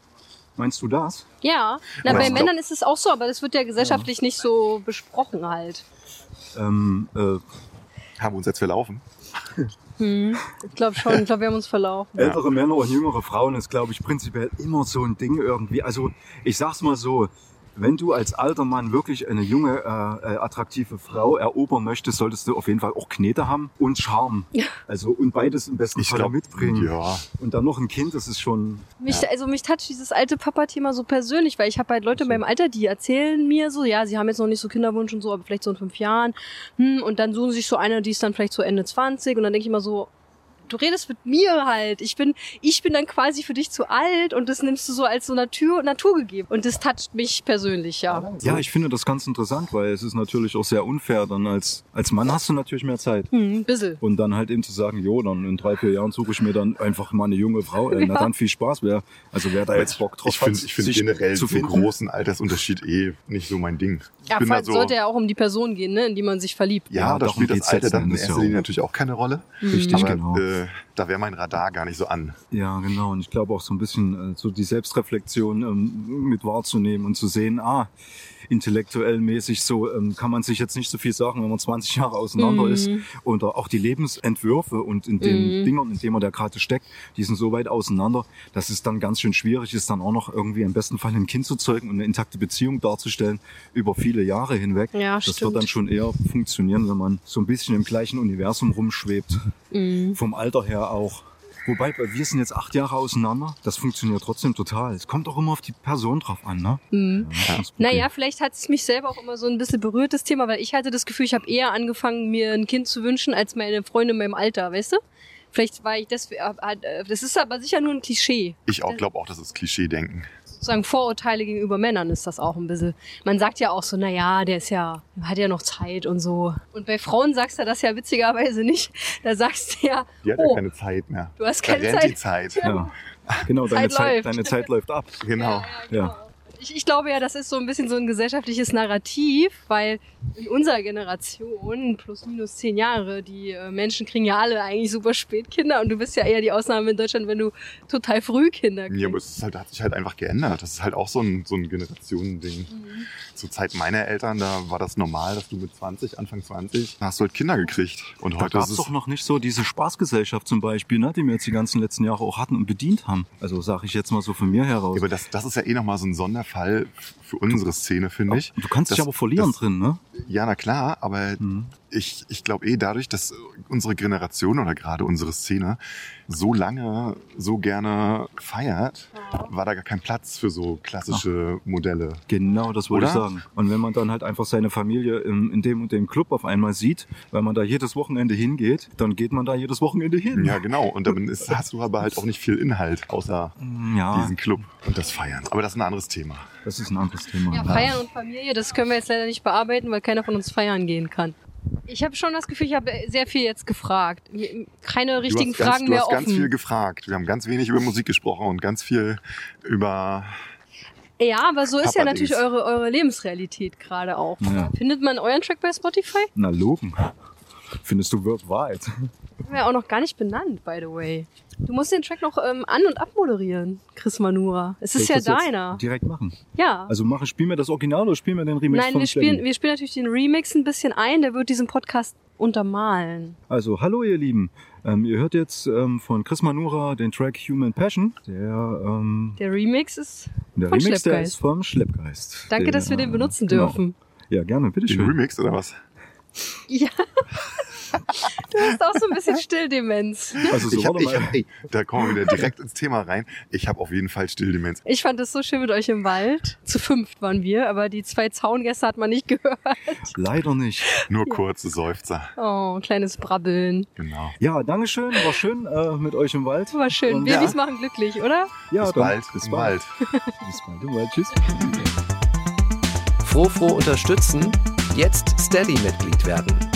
B: Meinst du das?
C: Ja, na,
A: Aber
C: bei
A: ich glaub-
C: Männern ist es auch so, aber das wird ja gesellschaftlich nicht so besprochen halt.
B: Ähm, äh,
A: Haben wir uns jetzt verlaufen?
C: Hm. Ich glaube schon, ich glaube, wir haben uns verlaufen.
B: Ältere Männer und jüngere Frauen ist, glaube ich, prinzipiell immer so ein Ding irgendwie. Also ich sag's mal so, wenn du als alter Mann wirklich eine junge, äh, äh, attraktive Frau erobern möchtest, solltest du auf jeden Fall auch Knete haben und Charme. Also und beides im besten Fall
A: glaub-
B: mitbringen.
A: Ja.
B: Und dann noch ein Kind, das ist schon.
C: Mich, Also mich toucht dieses alte Papa-Thema so persönlich, weil ich habe halt Leute in meinem Alter, die erzählen mir so, ja, sie haben jetzt noch nicht so Kinderwunsch und so, aber vielleicht so in fünf Jahren. Hm, und dann suchen sie sich so eine, die ist dann vielleicht so Ende 20 und dann denke ich immer so, du redest mit mir halt. Ich bin, ich bin dann quasi für dich zu alt und das nimmst du so als so Natur, Natur gegeben. Und das toucht mich persönlich, ja.
A: Ah.
B: Ja, ich finde das ganz interessant, weil es ist natürlich auch sehr unfair. Dann als, als Mann hast du natürlich mehr Zeit.
C: Hm, ein bisschen.
B: Und dann halt eben zu sagen, jo, dann in drei, vier Jahren suche ich mir dann einfach mal eine junge Frau. Äh, Na dann viel Spaß. Wer, also wer da jetzt Bock drauf
A: Ich finde
B: hat,
A: ich find
B: sich
A: generell so
B: zu
A: einen
B: finden.
A: großen Altersunterschied eh nicht so mein Ding. Ich
C: Ja,
A: bin
C: vor
A: da
C: allem
A: so,
C: sollte ja auch um die Person gehen, ne, in die man sich verliebt.
A: ja,
B: Ja,
A: da
B: darum
A: spielt das
B: geht's
A: Alter dann in
B: letzten Endes
A: erster
B: ja
A: Linie
B: auch.
A: natürlich auch keine Rolle.
C: Mhm.
B: Richtig,
A: aber
B: genau.
A: äh, da wäre mein Radar gar nicht so an.
B: Ja, genau. Und ich glaube auch so ein bisschen äh, so die Selbstreflexion ähm, mit wahrzunehmen und zu sehen, ah, intellektuell mäßig so ähm, kann man sich jetzt nicht so viel sagen, wenn man 20 Jahre auseinander
C: Mhm.
B: ist. Und äh, auch die Lebensentwürfe und in den
C: Mhm.
B: Dingern, in denen man da gerade steckt, die sind so weit auseinander, dass es dann ganz schön schwierig ist, dann auch noch irgendwie im besten Fall ein Kind zu zeugen und eine intakte Beziehung darzustellen über viele Jahre hinweg.
C: Ja,
B: das
C: stimmt.
B: wird dann schon eher funktionieren, wenn man so ein bisschen im gleichen Universum rumschwebt.
C: Mhm.
B: Vom Alter her auch. Wobei, wir sind jetzt acht Jahre auseinander. Das funktioniert trotzdem total. Es kommt auch immer auf die Person drauf an, ne?
C: Mhm.
B: Ja, das Problem.
C: Naja, vielleicht hat es mich selber auch immer so ein bisschen berührt, das Thema, weil ich hatte das Gefühl, ich habe eher angefangen, mir ein Kind zu wünschen, als meine Freunde in meinem Alter, weißt du? Vielleicht war ich deswegen, äh, das ist aber sicher nur ein Klischee.
A: Ich auch glaube auch, das ist Klischee-Denken.
C: Sozusagen Vorurteile gegenüber Männern ist das auch ein bisschen. Man sagt ja auch so, na ja, der ist ja, hat ja noch Zeit und so. Und bei Frauen sagst du das ja witzigerweise nicht. Da sagst du ja,
A: Die hat ja
C: oh,
A: keine Zeit mehr.
C: du hast
A: Da
C: keine
A: rennt die
C: Zeit.
A: Zeit.
B: Ja. Genau, deine
C: Zeit
B: Zeit,
C: läuft.
B: deine Zeit läuft ab.
A: Genau.
B: Ja.
C: Ich, ich glaube ja, das ist so ein bisschen so ein gesellschaftliches Narrativ, weil in unserer Generation, plus minus zehn Jahre, die äh, Menschen kriegen ja alle eigentlich super spät Kinder und du bist ja eher die Ausnahme in Deutschland, wenn du total früh Kinder kriegst.
A: Ja, aber es ist halt, hat sich halt einfach geändert. Das ist halt auch so ein, so ein Generationending.
C: Mhm.
A: Zur Zeit meiner Eltern, da war das normal, dass du mit 20, Anfang 20, hast du halt Kinder gekriegt. Und
B: Da
A: heute
B: gab
A: ist
B: es
A: es
B: doch noch nicht so diese Spaßgesellschaft zum Beispiel, ne, die wir jetzt die ganzen letzten Jahre auch hatten und bedient haben. Also sage ich jetzt mal so von mir heraus.
A: Ja, aber das, das ist ja eh nochmal so ein Sonderfall f- für unsere Szene, finde ich.
B: du kannst dich
A: das-
B: aber verlieren
A: das-
B: drin, ne?
A: Ja, na klar, aber
B: Mhm.
A: ich, ich glaube eh dadurch, dass äh, unsere Generation oder gerade unsere Szene so lange, so gerne feiert, war da gar kein Platz für so klassische Modelle.
B: Genau, das wollte ich
A: Oder?
B: sagen. Und wenn man dann halt einfach seine Familie im, in dem und dem Club auf einmal sieht, weil man da jedes Wochenende hingeht, dann geht man da jedes Wochenende hin.
A: Ja, genau. Und dann ist, hast du aber halt auch nicht viel Inhalt, außer
B: Ja,
A: diesen Club und das Feiern. Aber das ist ein anderes Thema.
B: das ist ein anderes Thema.
C: Ja, Feiern und Familie, das können wir jetzt leider nicht bearbeiten, weil keiner von uns feiern gehen kann. Ich habe schon das Gefühl, ich habe sehr viel jetzt gefragt. Mir- Keine richtigen
A: du hast
C: Fragen
A: ganz, Du
C: mehr
A: hast ganz viel
C: offen.
A: gefragt. Wir haben ganz wenig über Musik gesprochen und ganz viel über
C: Ja, aber so ist ja
A: Papa-Dings.
C: natürlich eure, eure Lebensrealität gerade auch.
B: Ja.
C: Findet man euren Track bei Spotify?
B: Na, Logen. Findest du worldwide?
C: Haben wir auch noch gar nicht benannt, by the way. Du musst den Track noch ähm, an- und abmoderieren, Chris Manura. Es ist
B: Soll
C: ja
B: ich das jetzt
C: deiner.
B: Direkt machen.
C: Ja.
B: Also mache, spiel mir das Original oder spiel mir den Remix
C: Nein,
B: von
C: wir spielen,
B: Slendy?
C: wir spielen natürlich den Remix ein bisschen ein, der wird diesen Podcast untermalen.
B: Also, hallo ihr Lieben. Ähm, ihr hört jetzt ähm, von Chris Manura den Track Human Passion. Der, ähm,
C: Der Remix ist.
B: der
C: Von
B: Remix, der
C: Schleppgeist.
B: ist vom Schleppgeist.
C: Danke,
B: der,
C: dass wir den benutzen
B: genau.
C: dürfen.
B: Ja, gerne,
A: den
B: bitteschön.
A: Remix oder was?
C: Ja. du hast auch so ein bisschen Stilldemenz.
B: Also, so,
A: ich hab,
B: warte
A: ich
B: mal.
A: hab, ey, da kommen wir wieder direkt ins Thema rein. Ich habe auf jeden Fall Stilldemenz.
C: Ich fand es so schön mit euch im Wald. Zu fünft waren wir, aber die zwei Zaungäste hat man nicht gehört.
B: Leider nicht.
A: Nur kurze Seufzer.
C: Oh, kleines Brabbeln.
A: Genau.
B: Ja, Dankeschön. War schön äh, mit euch im Wald.
C: War schön.
B: Und-
C: Babys
A: Ja.
C: machen glücklich, oder?
B: Ja,
A: bis
B: dann-
A: bald. Bis bald.
B: Bis bald im Wald. Tschüss.
D: Frofro unterstützen? Jetzt Steady-Mitglied werden.